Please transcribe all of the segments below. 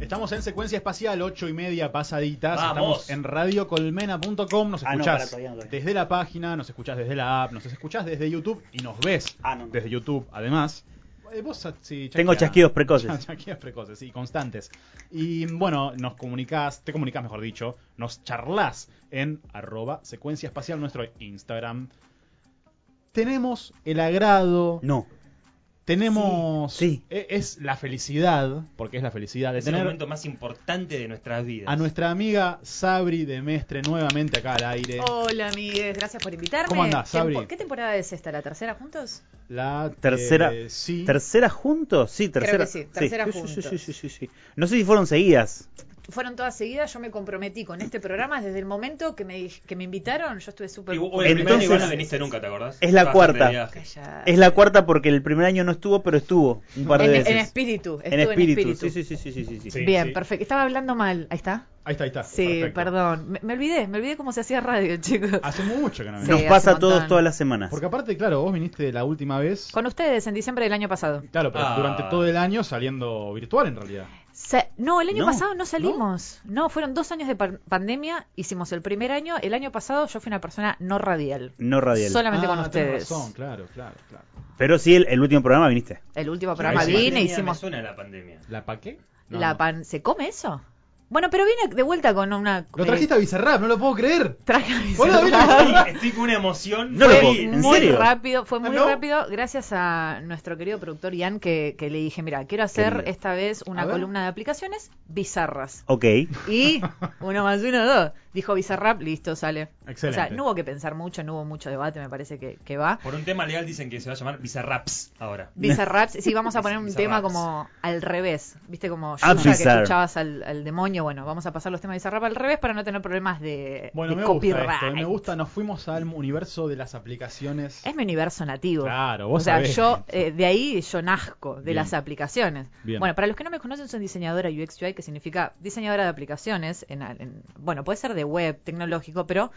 Estamos en secuencia espacial, ocho y media pasaditas. Vamos. Estamos en radiocolmena.com. Nos Ah, no, escuchás para, todavía no, todavía. desde la página, nos escuchás desde la app, nos escuchás desde YouTube y nos ves Ah, no, no. desde YouTube, además. Eh, vos, sí, Tengo chasquidos precoces. Chasquidos precoces, sí, constantes. Y bueno, nos comunicás, te comunicás mejor dicho, nos charlas en arroba secuencia espacial, nuestro Instagram. Tenemos el agrado, No. tenemos Sí, este sí. e- Es, la felicidad, porque es la felicidad de Es el tener momento más importante de nuestras vidas. a nuestra amiga Sabri de Mestre nuevamente acá al aire. Hola, amigues, gracias por invitarme. ¿Cómo andás, Sabri? Tempo- ¿Qué temporada es esta? ¿La tercera juntos? La Tercera, eh, sí. tercera juntos, sí, que tercera, sí, tercera Sí, juntos. sí, sí, sí, sí, sí. No sé si fueron seguidas. Fueron todas seguidas, yo me comprometí con este programa desde el momento que me, dij- que me invitaron, yo estuve súper... Y vos- el primer Entonces- igual no viniste nunca, ¿te acordás? Es la Estabas cuarta. de viaje. Callada. Es la cuarta porque el primer año no estuvo, pero estuvo un par de Ah. en, veces. en espíritu, estuve En espíritu, en espíritu. Sí, sí, sí, sí, sí, sí, sí. Sí, Bien, sí. perfecto. Estaba hablando mal, ahí está. Ahí está, ahí está. Sí, perfecto. perdón. Me, me olvidé, me olvidé cómo se hacía radio, chicos. Hace mucho que no venimos. Sí, Nos hace pasa a un todos montón. todas las semanas. Porque aparte, claro, vos viniste la última vez. Con ustedes en diciembre del año pasado. Claro, pero Ah. durante todo el año saliendo virtual en realidad. Se- no, el año No, pasado no salimos. ¿no? fueron dos años de pan- pandemia. Hicimos el primer año. El año pasado yo fui una persona no radial. No radial. Solamente Ah, tenés con ustedes. razón, claro, claro, claro. Pero sí, el, el último programa viniste. El último Pero programa esa vine, pandemia Me hicimos suena la pandemia. ¿La pa' qué? No, la no. pan. ¿Se come eso? Bueno, pero vine de vuelta con una. eh, Lo trajiste a Bizarrap, no lo puedo creer. Traje a mi Hola, celular. Estoy, estoy con una emoción. No lo Sí. puedo- Fue ¿en muy serio? rápido, fue muy Ah, ¿no? rápido, gracias a nuestro querido productor Ian que, que le dije, mira, quiero hacer Querido. esta vez A una ver. columna de aplicaciones bizarras. Ok. Y uno más uno, dos. Dijo Bizarrap, listo, sale. Excelente. O sea, no hubo que pensar mucho, no hubo mucho debate, me parece que, que va. Por un tema legal dicen que se va a llamar Bizarraps ahora. Bizarrap, sí, vamos a poner un Bizarraps. tema como al revés, viste, como Ah, Yuya que bizarre. escuchabas al, al demonio, bueno, vamos a pasar los temas de Bizarrap al revés para no tener problemas de, Bueno, de me copyright. gusta esto, me gusta. Nos fuimos al universo de las aplicaciones. Es mi universo nativo. Claro, vos O sea, sabés. yo, eh, de ahí yo nazco, de Bien. las aplicaciones. Bien. Bueno, para los que no me conocen, soy diseñadora UX UI, que significa diseñadora de aplicaciones. En, en- bueno, puede ser de web, tecnológico, pero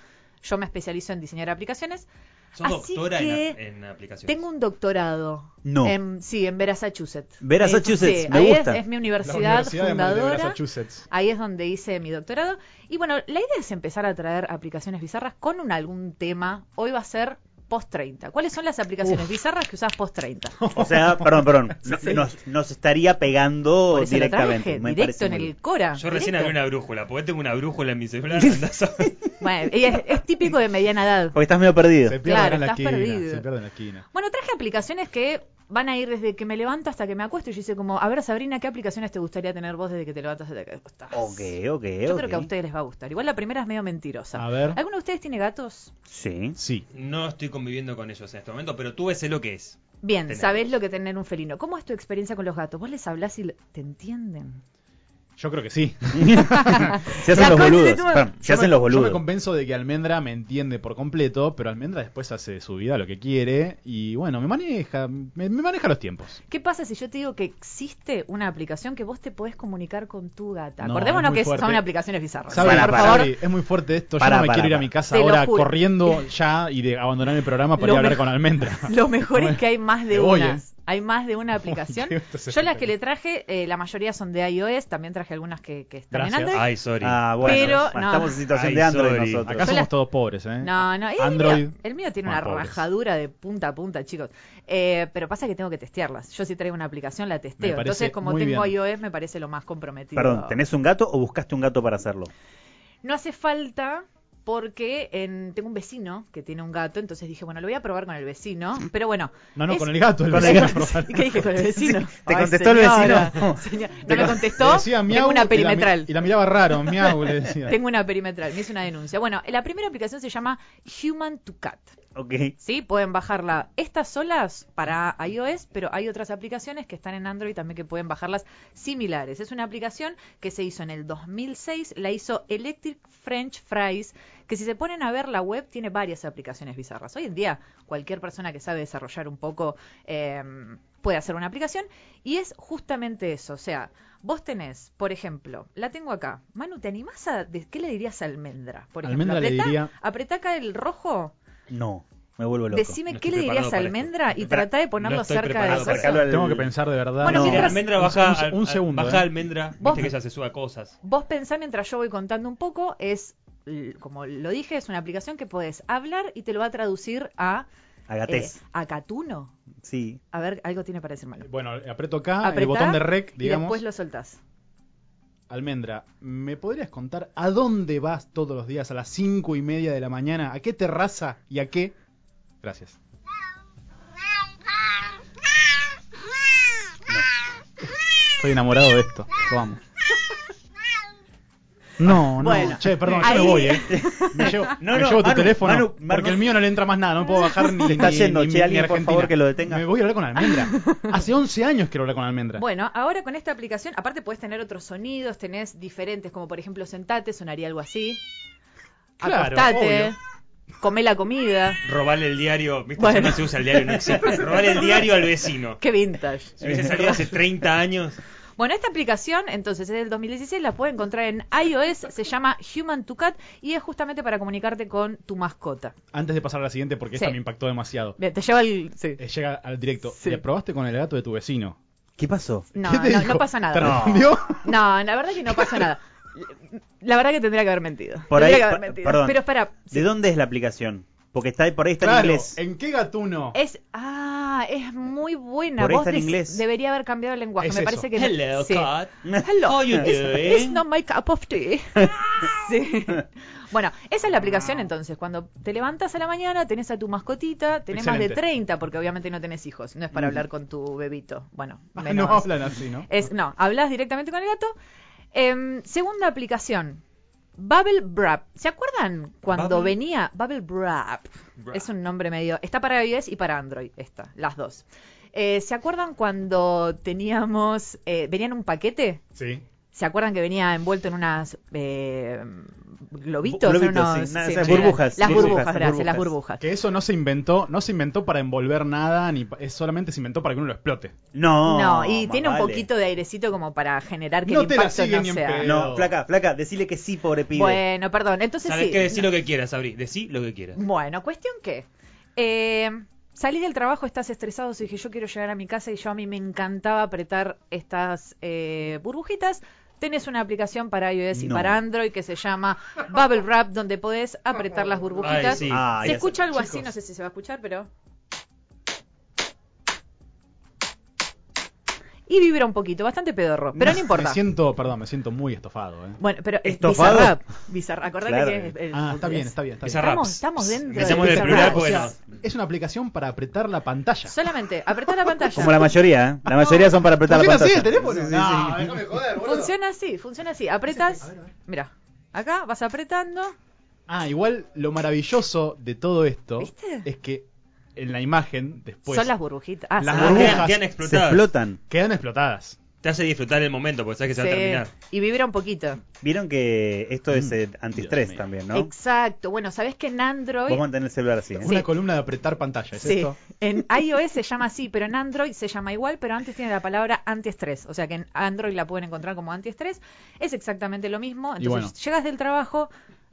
yo me especializo en diseñar aplicaciones. Sos Así doctora que en, a- en aplicaciones. Tengo un doctorado. No. En, sí, en Massachusetts. Massachusetts, Sí, me ahí es- gusta. Es, mi la universidad, Universidad de- de fundadora. Massachusetts. Ahí es donde hice mi doctorado. Y bueno, la idea es empezar a traer aplicaciones bizarras con un, algún tema. Hoy va a ser post 30. ¿Cuáles son las aplicaciones bizarras que usas post 30? O sea, perdón, perdón. No- Nos, nos estaría pegando Por eso lo directamente. traje, me directo parece en muy el bien. Cora. Yo recién directo. abrí una brújula, porque tengo una brújula en mi celular. andás a ver. Bueno, y es, es típico de mediana edad. Porque estás medio perdido. Se pierde Claro, en la estás esquina. perdido. Se pierde en la esquina. Bueno, traje aplicaciones que van a ir desde que me levanto hasta que me acuesto. Y yo hice como, a ver, Sabrina, ¿qué aplicaciones te gustaría tener vos desde que te levantas hasta que te acostás? Ok, ok, Yo ok. creo que a ustedes les va a gustar. Igual la primera es medio mentirosa. A ver. ¿Alguno de ustedes tiene gatos? Sí. Sí. No estoy conviviendo con ellos en este momento, pero tú ves lo que es. Bien, Tenemos. sabés lo que tener un felino. ¿Cómo es tu experiencia con los gatos? ¿Vos les hablás y lo- te entienden? Yo creo que sí. Se hacen La los concha de boludos. tu madre. Perdón, se Yo me- hacen los Yo me boludos. convenzo de que Almendra me entiende por completo, pero Almendra después hace de su vida lo que quiere y bueno, me maneja, me, me maneja los tiempos. ¿Qué pasa si yo te digo que existe una aplicación que vos te podés comunicar con tu gata? No, Acordémonos es muy que fuerte. son aplicaciones bizarras. Sabri, Para, por para. favor, Sabri, es muy fuerte esto. Para, yo no me para, quiero ir a para. mi casa Te lo ahora juro. corriendo ya y de abandonar el programa para Lo ir a hablar me- con Almendra. Lo mejor es que hay más de Me voy, una. eh. Hay más de una aplicación. Esto es este Yo las que espectacular. le traje, eh, la mayoría son de iOS, también traje algunas que, que están Gracias. en Android. Ay, sorry. Ah, bueno. Pero, bueno, no. Estamos en situación Ay, de Android sorry. nosotros. Acá Yo somos las- todos pobres, ¿eh? No, no, y el Android. mío, el mío tiene Bueno, una pobres. rajadura de punta a punta, chicos. Eh, pero pasa que tengo que testearlas. Yo si traigo una aplicación la Me testeo. parece Entonces, como muy tengo bien. iOS, me parece lo más comprometido. Perdón, ¿tenés un gato o buscaste un gato para hacerlo? No hace falta porque en- tengo un vecino que tiene un gato, entonces dije, bueno, lo voy a probar con el vecino. Pero bueno. No, no, es- con el gato. El Con el vecino, gato. por favor. ¿Qué dije con el vecino? ¿Te Ay, contestó el señora, vecino? señora. Te No me con- Le contestó. decía miau tengo una y la mi- perimetral. Y la, miraba raro, miau, le decía. Tengo una perimetral. Me hizo una denuncia. Bueno, la primera aplicación se llama Human to Cat. Ok. Sí, pueden bajarla estas solas para iOS, pero hay otras aplicaciones que están en Android también que pueden bajarlas similares. Es una aplicación que se hizo en el 2006, la hizo Electric French Fries, que si se ponen a ver la web tiene varias aplicaciones bizarras. Hoy en día cualquier persona que sabe desarrollar un poco eh, puede hacer una aplicación y es justamente eso, o sea... Vos tenés, por ejemplo, la tengo acá. Manu, ¿te animás a.? de- ¿Qué le dirías a Almendra? Por ejemplo, Almendra le apretá- diría- apretá acá el rojo No. Me vuelvo loco. Decime No qué estoy le preparado dirías a para Almendra esto. y trata de ponerlo no estoy cerca de preparado para eso. Acercarlo al- Tengo que pensar de verdad. Bueno, No, mientras- almendra un- baja, un- al- un al- segundo, baja eh. almendra, Vos- viste que ella se sube a cosas. Vos pensá mientras yo voy contando un poco, es, l- como lo dije, es una aplicación que puedes hablar y te lo va a traducir a... Agatés. eh, a Catuno. Sí. A ver, algo tiene para decir malo. Bueno, aprieto acá Apretá Ah, el botón de rec, y digamos. después lo soltás. Almendra, ¿me podrías contar a dónde vas todos los días a las cinco y media de la mañana? ¿A qué terraza y a qué? Gracias. Estoy enamorado de esto. Lo amo. No, no. Bueno, che, perdón, ahí- yo me voy, ¿eh? Me llevo, No, me no, llevo tu Manu, teléfono. Manu, Manu. porque el mío no le entra más nada. No puedo bajar ni. Se está ni- yendo, ni- che, ni alguien, por Argentina. favor, que lo detenga. Me voy a hablar con Almendra. Hace 11 años quiero hablar con Almendra. Bueno, ahora con esta aplicación, aparte puedes tener otros sonidos, tenés diferentes, como por ejemplo sentate, sonaría algo así. Claro, Acostate, obvio. comé la comida. Robarle el diario, viste, Bueno. ya no se usa el diario, no existe. Robarle el diario al vecino. Qué vintage. Si hubiese salido hace 30 años, Bueno, esta aplicación, entonces, es del 2016, la puede encontrar en iOS, se llama Human to Cat y es justamente para comunicarte con tu mascota. Antes de pasar a la siguiente, porque Sí. esta me impactó demasiado. Bien, te lleva el... sí. Eh, Llega al directo. Sí. ¿Le probaste con el gato de tu vecino? ¿Qué pasó? No, ¿Qué te no, dijo? no pasa ¿Te nada. respondió? No, la verdad que no pasa nada. La verdad que tendría que haber mentido. Por ahí, Tendría que haber pa- mentido. perdón. Pero espera, ¿De dónde es la aplicación? Porque está por ahí está Claro, Eh, en inglés. ¿en qué gatuno? Es, ah, es muy buena. Por ahí Vos está en des- inglés. debería haber cambiado el lenguaje. Es Me eso. parece que. hello, sí. cat. Hello. How you It's- It's doing? not my cup of tea. Sí. Bueno, esa es la aplicación entonces. Cuando te levantas a la mañana, tenés a tu mascotita, tenés más de Excelente. Mm. 30, porque obviamente no tenés hijos. No es para hablar con tu bebito. Bueno, Ah, menos. No hablan así, ¿no? Es, no, hablas directamente con el gato. Em, segunda aplicación. Bubble Wrap. ¿Se acuerdan cuando Bubble- venía Bubble Wrap? Wrap. Es un nombre medio. Está para iOS y para Android, esta, las dos. Eh, ¿Se acuerdan cuando teníamos. eh, venía en un paquete? Sí. ¿Se acuerdan que venía envuelto en unas. eh, globitos? Globitos, En unos- sí, nada, esas burbujas, Las burbujas, burbujas, gracias, burbujas. las burbujas. Que eso no se inventó, no se inventó para envolver nada, ni pa- es solamente se inventó para que uno lo explote. No. No, y más tiene un vale. poquito de airecito como para generar que No el te la impacto siguen no ni en sea. pedo. No, flaca, flaca, decile que sí, pobre pibe. Bueno, perdón. Entonces Sabes sí. que decí lo que quieras, Abrí. Decí lo que quieras. Bueno, cuestión que eh, salís del trabajo, estás estresado, y dije yo quiero llegar a mi casa y yo a mí me encantaba apretar estas eh, burbujitas. Tenés una aplicación para iOS y No. para Android que se llama Bubble Wrap, donde podés apretar las burbujitas. Ay, sí. Ah, se ya escucha algo así, Chicos. no sé si se va a escuchar, pero... Y vibra un poquito, bastante pedorro, pero no, importa. Me siento, perdón, me siento muy estofado, ¿eh. Bueno, pero es ¿Estofado? Bizarrap. Bizarra- acordate Claro. que es- es- Ah, está bien, es- está bien, está bien. Bizarrap. Estamos- estamos dentro Empecemos de en el Bizarrap. plural O porque sea, no. es una aplicación para apretar la pantalla. Solamente, apretá la pantalla. Como la mayoría, ¿eh? La mayoría son para apretar la ¿Funciona pantalla. así el teléfono? Sí, sí, no, sí. déjame joder, boludo. Funciona así, funciona así. Apretas. Mira, acá vas apretando. Ah, igual lo maravilloso de todo esto ¿Viste? es que en la imagen Pues, después Son las burbujitas. Ah, Las sí. Ah, burbujas quedan- quedan Se explotadas. explotan. quedan explotadas. Te hace disfrutar el momento porque sabes que se va a Sí, terminar. Y vibra un poquito. Vieron que esto es Mm. eh, Dios anti-estrés mío. también, ¿no? Exacto. Bueno, ¿sabés que en Vos Android... mantenés el celular así, ¿eh? Una columna de apretar pantalla, ¿es Sí, esto? en iOS se llama así, pero en Android se llama igual, pero antes tiene la palabra antiestrés. O sea que en Android la pueden encontrar como antiestrés. Es exactamente lo mismo. Entonces bueno. llegas del trabajo,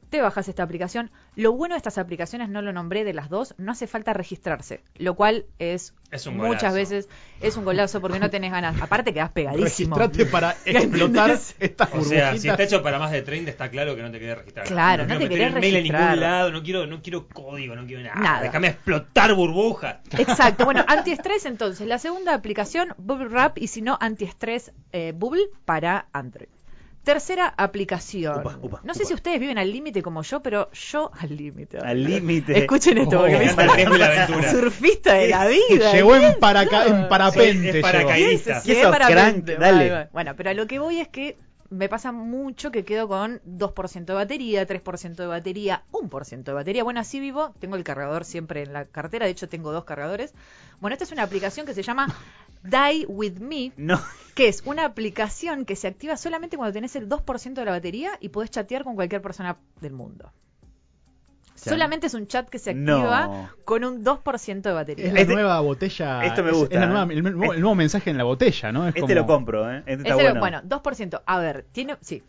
te bajas esta aplicación. Lo bueno de estas aplicaciones, no lo nombré de las dos, no hace falta registrarse, lo cual es, Es un muchas golazo. veces es un golazo porque no tenés ganas. Aparte quedás pegadísimo. Registrate para explotar ¿Entendés? estas O burbujitas. sea, si está hecho para más de 30, está claro que no te querés registrar. Claro, no quiero te meter querés el mail en registrar. ningún lado, no quiero, no quiero código, no quiero nada. Nada. Déjame explotar burbujas. Exacto. Bueno, antiestrés entonces. La segunda aplicación, Bubble Wrap, y si no, antiestrés eh, Bubble para Android. Tercera aplicación. Upa, upa, no sé upa. si ustedes viven al límite como yo, pero yo al límite. Al límite. Escuchen esto, Oh, me porque me encanta hizo- el riesgo y la aventura. surfista de la vida. Llegó ¿bien? en, paraca en parapente. es llegó. paracaidista. Sí, Está. sí, sí, ¿Qué es sos, parapente, crank? Dale. va, va. Bueno, pero a lo que voy es que me pasa mucho que quedo con 2% de batería, 3% de batería, 1% de batería. Bueno, así vivo, tengo el cargador siempre en la cartera, de hecho tengo dos cargadores. Bueno, esta es una aplicación que se llama Die With Me, No. que es una aplicación que se activa solamente cuando tenés el 2% de la batería y podés chatear con cualquier persona del mundo. Ya. Solamente es un chat que se No. activa con un 2% de batería. Es la Este- nueva botella. esto me es- gusta, Es la ¿eh? nueva- el, el nuevo- el nuevo mensaje en la botella, ¿no? Es Este como- lo compro, ¿eh? Este está Ese- bueno. bueno. 2%. A ver, tiene. Sí.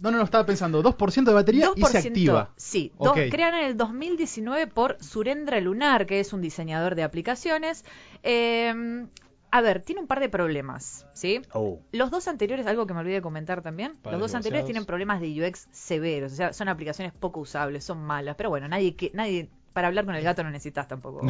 No, no, no, estaba pensando. 2% de batería y se activa. Sí, Ok. dos- crean en el 2019 por Surendra Lunar, que es un diseñador de aplicaciones. Eh, a ver, tiene un par de problemas, ¿sí? Oh. Los dos anteriores, algo que me olvidé de comentar también, Padres los dos divorciados. anteriores tienen problemas de UX severos, o sea, son aplicaciones poco usables, son malas, pero bueno, nadie que nadie para hablar con el gato no necesitas tampoco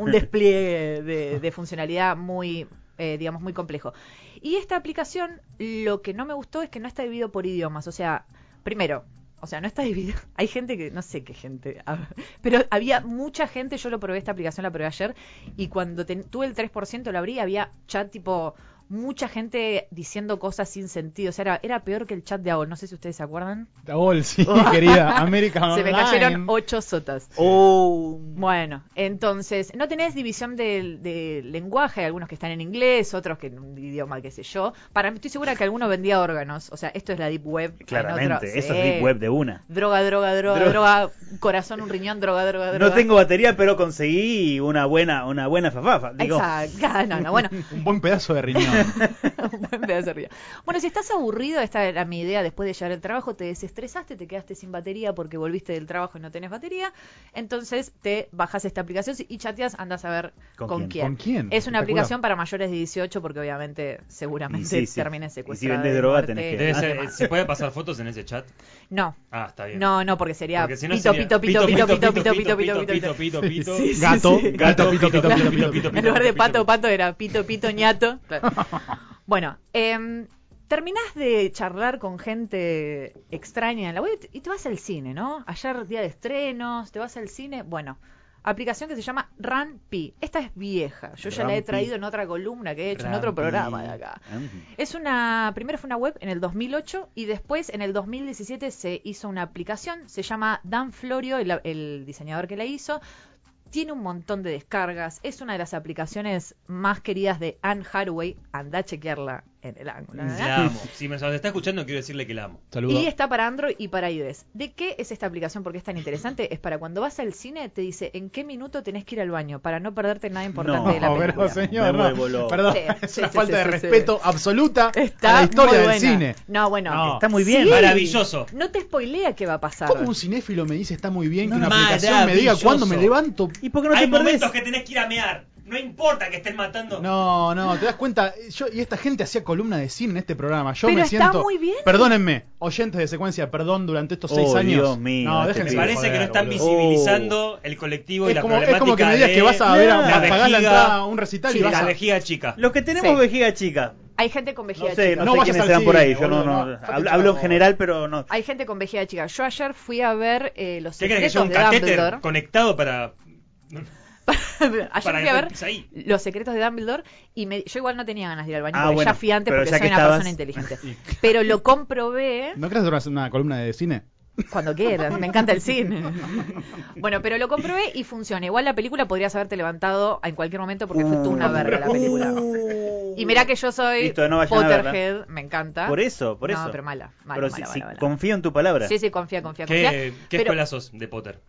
un despliegue de, de funcionalidad muy eh, digamos muy complejo. Y esta aplicación lo que no me gustó es que no está dividido por idiomas, o sea, primero o sea, no está dividido. Hay gente que, no sé qué gente, a- pero había mucha gente, yo lo probé, esta aplicación la probé ayer, y cuando ten- tuve el 3% lo abrí, había chat tipo mucha gente diciendo cosas sin sentido. O sea, era, era peor que el chat de AOL. No sé si ustedes se acuerdan. Gol, Oh, sí, querida. América Se me cayeron ocho sotas. Oh. Bueno, entonces, no tenés división del del lenguaje, hay algunos que están en inglés, otros que en un idioma, qué sé yo. Para mí estoy segura que alguno vendía órganos. O sea, esto es la Deep Web. en Claramente, otro- eso Sí. es Deep Web de una. Droga, droga, droga, droga, Droga. un corazón, un riñón, droga, droga, droga. No tengo batería, pero conseguí una buena, una buena fafafa. Digo, Exacto, Ah, no, no, bueno, Un buen pedazo de riñón. Un buen pedazo de río. Bueno, si estás aburrido, esta era mi idea después de llegar al trabajo, te desestresaste, te quedaste sin batería porque volviste del trabajo y no tenés batería, entonces te bajas esta aplicación y chateas, andas a ver con, ¿Con quién. quién? ¿Con quién? Es una Espectacular. aplicación para mayores de 18 porque obviamente seguramente Y sí, sí. Y termines si secuestrado. vendés de droga, muerte. tenés que- Debe Ah, ser- ¿Se puede pasar fotos en ese chat? No. Ah, está bien. No, no, porque sería Porque si no pito, sería- pito, pito, pito, pito, pito, pito, pito, pito, pito, pito. pito, pito. Sí, sí, Gato, sí. gato, pito, pito, pito, pito, pito. En lugar de pato, pato era pito, pito, ñato. Claro. Bueno, em, terminás de charlar con gente extraña en la web y te vas al cine, ¿no? Ayer día de estrenos, te vas al cine. Bueno, aplicación que se llama Ranpi. Esta es vieja. Yo ya la he Ranpi. traído en otra columna que he hecho en otro Rampi. programa de acá. Ah, Es una, primero fue una web en el 2008 y después en el 2017 se hizo una aplicación, se llama Dan Florio, el, el diseñador que la hizo, tiene un montón de descargas, es una de las aplicaciones más queridas de Anne Hathaway, anda a chequearla en el ángulo. ¿verdad? La amo. Si me nos está escuchando, quiero decirle que la amo. Saludos. Y está para Android y para iOS. ¿De qué es esta aplicación? Porque es tan interesante. Es para cuando vas al cine, te dice en qué minuto tenés que ir al baño para no perderte nada importante No, de la No, película. pero señor, Me no. vuelvo loco. perdón, Sí, es sí, una sí, falta de sí, sí, sí. respeto absoluta Está a la historia muy del buena. cine. No, bueno. No. Está muy bien. Sí. Maravilloso. No te spoilea qué va a pasar. ¿Cómo un cinéfilo me dice está muy bien que una Maravilloso. aplicación me diga cuándo me levanto? ¿Y por qué no Hay te perdés? momentos que tenés que ir a mear. No importa que estén matando. No, no, te das cuenta, yo y esta gente hacía columna de cine en este programa. Yo Pero me está siento muy bien. Perdónenme, oyentes de secuencia, perdón durante estos seis Oh, años. Dios mío, no, este déjense Me Sí, Oh. parece que no están visibles visibilizando el colectivo y Es la como, es problemática como que me digas de que vas a ver a, la a pagar la vejiga- entrada a un recital y Sí, vas la a... vejiga chica. Los que tenemos Sí. vejiga chica. Hay gente con vejiga No sé, chica. no, No sé vayas quiénes al serán por ahí. cine, Yo no, boludo, no. no. Yo te Hablo, hablo en llamo. general, pero no. Hay gente con vejiga chica. Yo ayer fui a ver eh, los ¿Qué crees que secretos sea un de catéter Dumbledore. conectado para ayer para fui a ver meterse ahí? los secretos de Dumbledore y me- yo igual no tenía ganas de ir al baño Ah, porque ya bueno, fui antes pero porque soy ya una que estabas- persona inteligente. Pero lo comprobé ¿No crees hacer una- una columna de cine? cuando quieras. Me encanta el cine. Bueno, pero lo comprobé y funciona. Igual la película podrías haberte levantado en cualquier momento porque Ah, fue toda una verga la película. Y mirá que yo soy Listo, no vayan a verla. Potterhead, me encanta. Por eso, por eso. No, pero mala, mala, Pero mala, si- mala, si mala. confío en tu palabra. Sí, sí, confía, confía, confía. ¿Qué, qué Pero- escuela sos de Potter?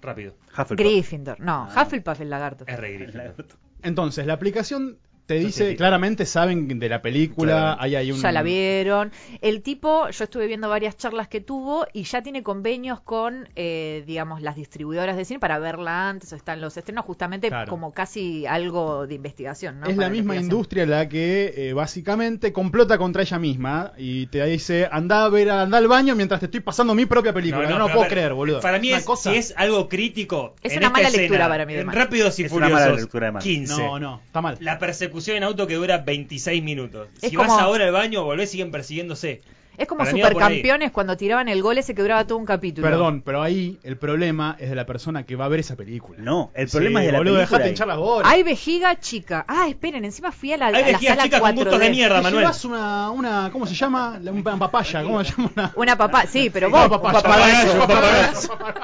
Rápido. Hufflepuff. Gryffindor, no, Ah. Hufflepuff el lagarto. Es re Gryffindor. Entonces, la aplicación te dice, sí, sí. claramente saben de la película, Claramente. hay ahí un... Ya la vieron. El tipo, yo estuve viendo varias charlas que tuvo y ya tiene convenios con, eh, digamos, las distribuidoras de cine para verla antes o están los estrenos, justamente Claro. como casi algo de investigación. ¿no? es Para la misma investigación. industria la que eh, básicamente complota contra ella misma y te dice, anda a ver, anda al baño mientras te estoy pasando mi propia película. No, no, pero puedo a ver, creer, boludo. Para mí Una es, cosa- si es algo crítico. Es en una esta mala escena, lectura para mí, de En Max. Rápidos y Es una Furiosos. mala lectura de Max. 15. No, no, está mal. La persecución en auto que dura 26 minutos. Es si como- vas ahora al baño, volvés, siguen persiguiéndose. Es como Para mí va por ahí. supercampeones cuando tiraban el gol ese que duraba todo un capítulo. Perdón, pero ahí el problema es de la persona que va a ver esa película. No, el problema es de la boludo, película dejate ahí. hinchar las bolas. Hay vejiga chica. Ah, esperen, encima fui a la, Hay a la vejigas sala chicas con 4D. gustos de mierda, Te Manuel. llevas una, una, ¿cómo se llama? La- Una papaya, ¿cómo se llama? Una, Una papá, sí, pero No, vos, papaya, un papagayo. papagayo, papagayo.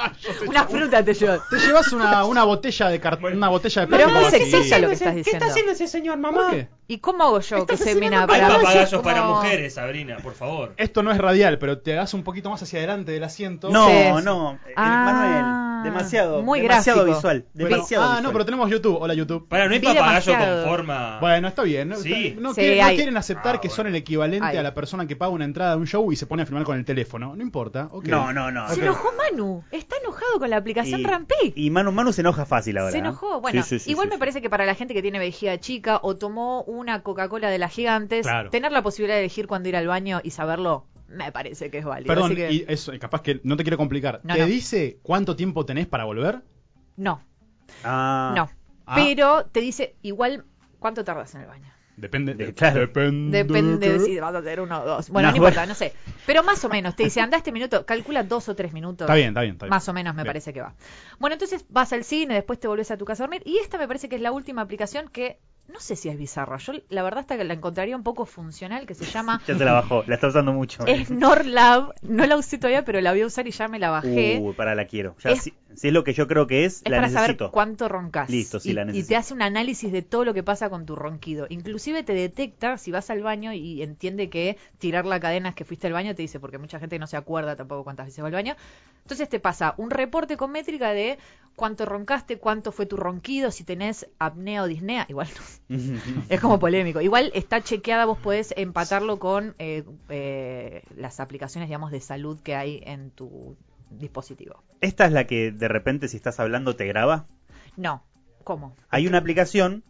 una fruta te llevas. Te llevas una, una botella de cartón, una botella de Pero es muy plástico así. sexista lo que estás diciendo. ese señor, ¿Por qué? ¿Y cómo hago yo que se me Hay para- papagayos como- para mujeres, Sabrina, por favor. Esto no es radial, pero te das un poquito más hacia adelante del asiento. No, Sí. no. el Ah. demasiado, muy demasiado gráfico. visual, Pero- demasiado ah, visual. no, pero tenemos YouTube. Hola, YouTube. Para, no hay Vi papagayo demasiado. con Ah. forma. Bueno, está bien. No, Sí. Está- no Sí, quieren, no hay- quieren aceptar Ah, que son bueno. el equivalente Hay. a la persona que paga una entrada a un show y se pone a filmar con el teléfono. No importa. ok. No, no, no. Se Ok. enojó Manu. Está enojado con la aplicación Rampé. Y Manu, Manu se enoja fácil ahora. Se ¿eh? enojó. Bueno, Sí, sí, sí, igual sí, me sí. parece que para la gente que tiene vejiga chica o tomó una Coca-Cola de las gigantes, Claro. tener la posibilidad de elegir cuándo ir al baño y saberlo, me parece que es válido. Perdón, Así que, y eso, capaz que no te quiero complicar. No, ¿Te no. dice cuánto tiempo tenés para volver? No, Ah, no. Ah. Pero te dice igual cuánto tardas en el baño. Depende. De- claro. Depende. Depende de que- si vas a hacer uno o dos. Bueno, no, No, importa, bueno. no sé. Pero más o menos, te dice, anda este minuto, calcula dos o tres minutos. Está bien, está bien, está bien. Más o menos me Bien. parece que va. Bueno, entonces vas al cine, después te volvés a tu casa a dormir. Y esta me parece que es la última aplicación que no sé si es bizarra. Yo la verdad hasta que la encontraría un poco funcional, que se llama Ya se la bajó, la está usando mucho. Snorlab. No la usé todavía, pero la voy a usar y ya me la Uh, bajé. Uy, para Uh, la quiero. Ya Es- si, si es lo que yo creo que es, es la para necesito. saber cuánto roncas. Listo, sí, y, la y te necesito. hace un análisis de todo lo que pasa con tu ronquido. Inclusive te detecta si vas al baño y entiende que tirar la cadena es que fuiste al baño, te dice, porque mucha gente no se acuerda tampoco cuántas veces va al baño. Entonces te pasa un reporte con métrica de cuánto roncaste, cuánto fue tu ronquido, si tenés apnea o disnea. Igual no. es como polémico. Igual está chequeada, vos podés empatarlo con eh, eh, las aplicaciones, digamos, de salud que hay en tu dispositivo. Esta es la que de repente si estás hablando te graba. No. ¿Cómo? Hay una aplicación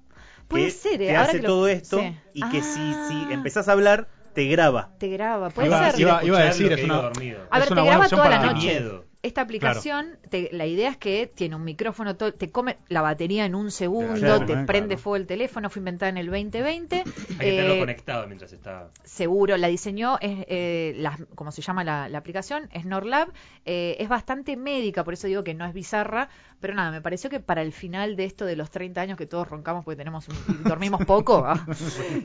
Puede que ser, eh, te ahora hace que lo- todo esto sí. y que si, Ah. si empezás a hablar te graba. Te graba, puede Iba- ser. iba- iba a Escuchar decir, lo es que digo una- dormido. a ver, es te una buena graba opción toda la para- noche. Miedo. Esta aplicación, te- la idea es que tiene un micrófono, todo- te come la batería en un segundo, Claro, te eh, prende claro. fuego el teléfono, fue inventada en el 2020. Hay que eh, tenerlo conectado mientras está. Seguro, la diseñó, es, eh, la- como se llama la, la aplicación, es Norlab, eh, es bastante médica, por eso digo que no es bizarra, pero nada, me pareció que para el final de esto de los 30 años que todos roncamos porque tenemos un- y dormimos poco ah,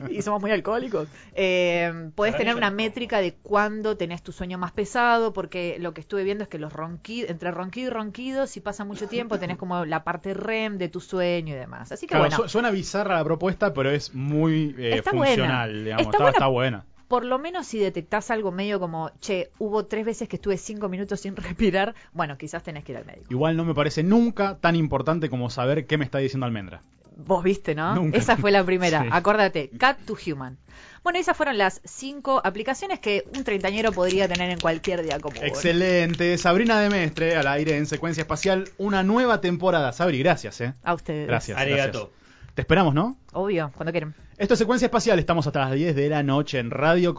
y somos muy alcohólicos, eh, podés Para mí tener yo una no. métrica de cuándo tenés tu sueño más pesado, porque lo que estuve viendo es que los ronquidos, entre ronquido y ronquido, si pasa mucho tiempo, tenés como la parte REM de tu sueño y demás. Así que Claro, bueno. su- Suena bizarra la propuesta, pero es muy eh, Está buena. funcional, digamos. Está Está, buena. está buena. por lo menos si detectás algo medio como, che, hubo tres veces que estuve cinco minutos sin respirar, bueno, quizás tenés que ir al médico. Igual no me parece nunca tan importante como saber qué me está diciendo Almendra. Vos viste, ¿no? Nunca. Esa fue la primera, Sí. acuérdate, Cat to Human. Bueno, esas fueron las cinco aplicaciones que un treintañero podría tener en cualquier día común. Excelente. Sabrina de Mestre, al aire en secuencia espacial, una nueva temporada. Sabri, gracias, eh. A ustedes. Gracias. Arigato. gracias. Te esperamos, ¿no? Obvio, cuando quieran. Esto es Secuencia Espacial, estamos hasta las 10 de la noche en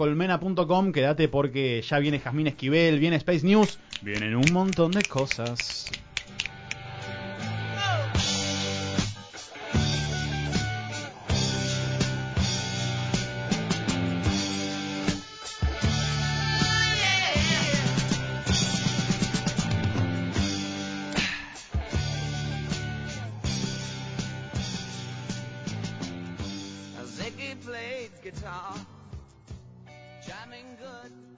radiocolmena.com. Quédate porque ya viene Jazmín Esquivel, viene Space News, vienen un montón de cosas. Ziggy played guitar, jamming good.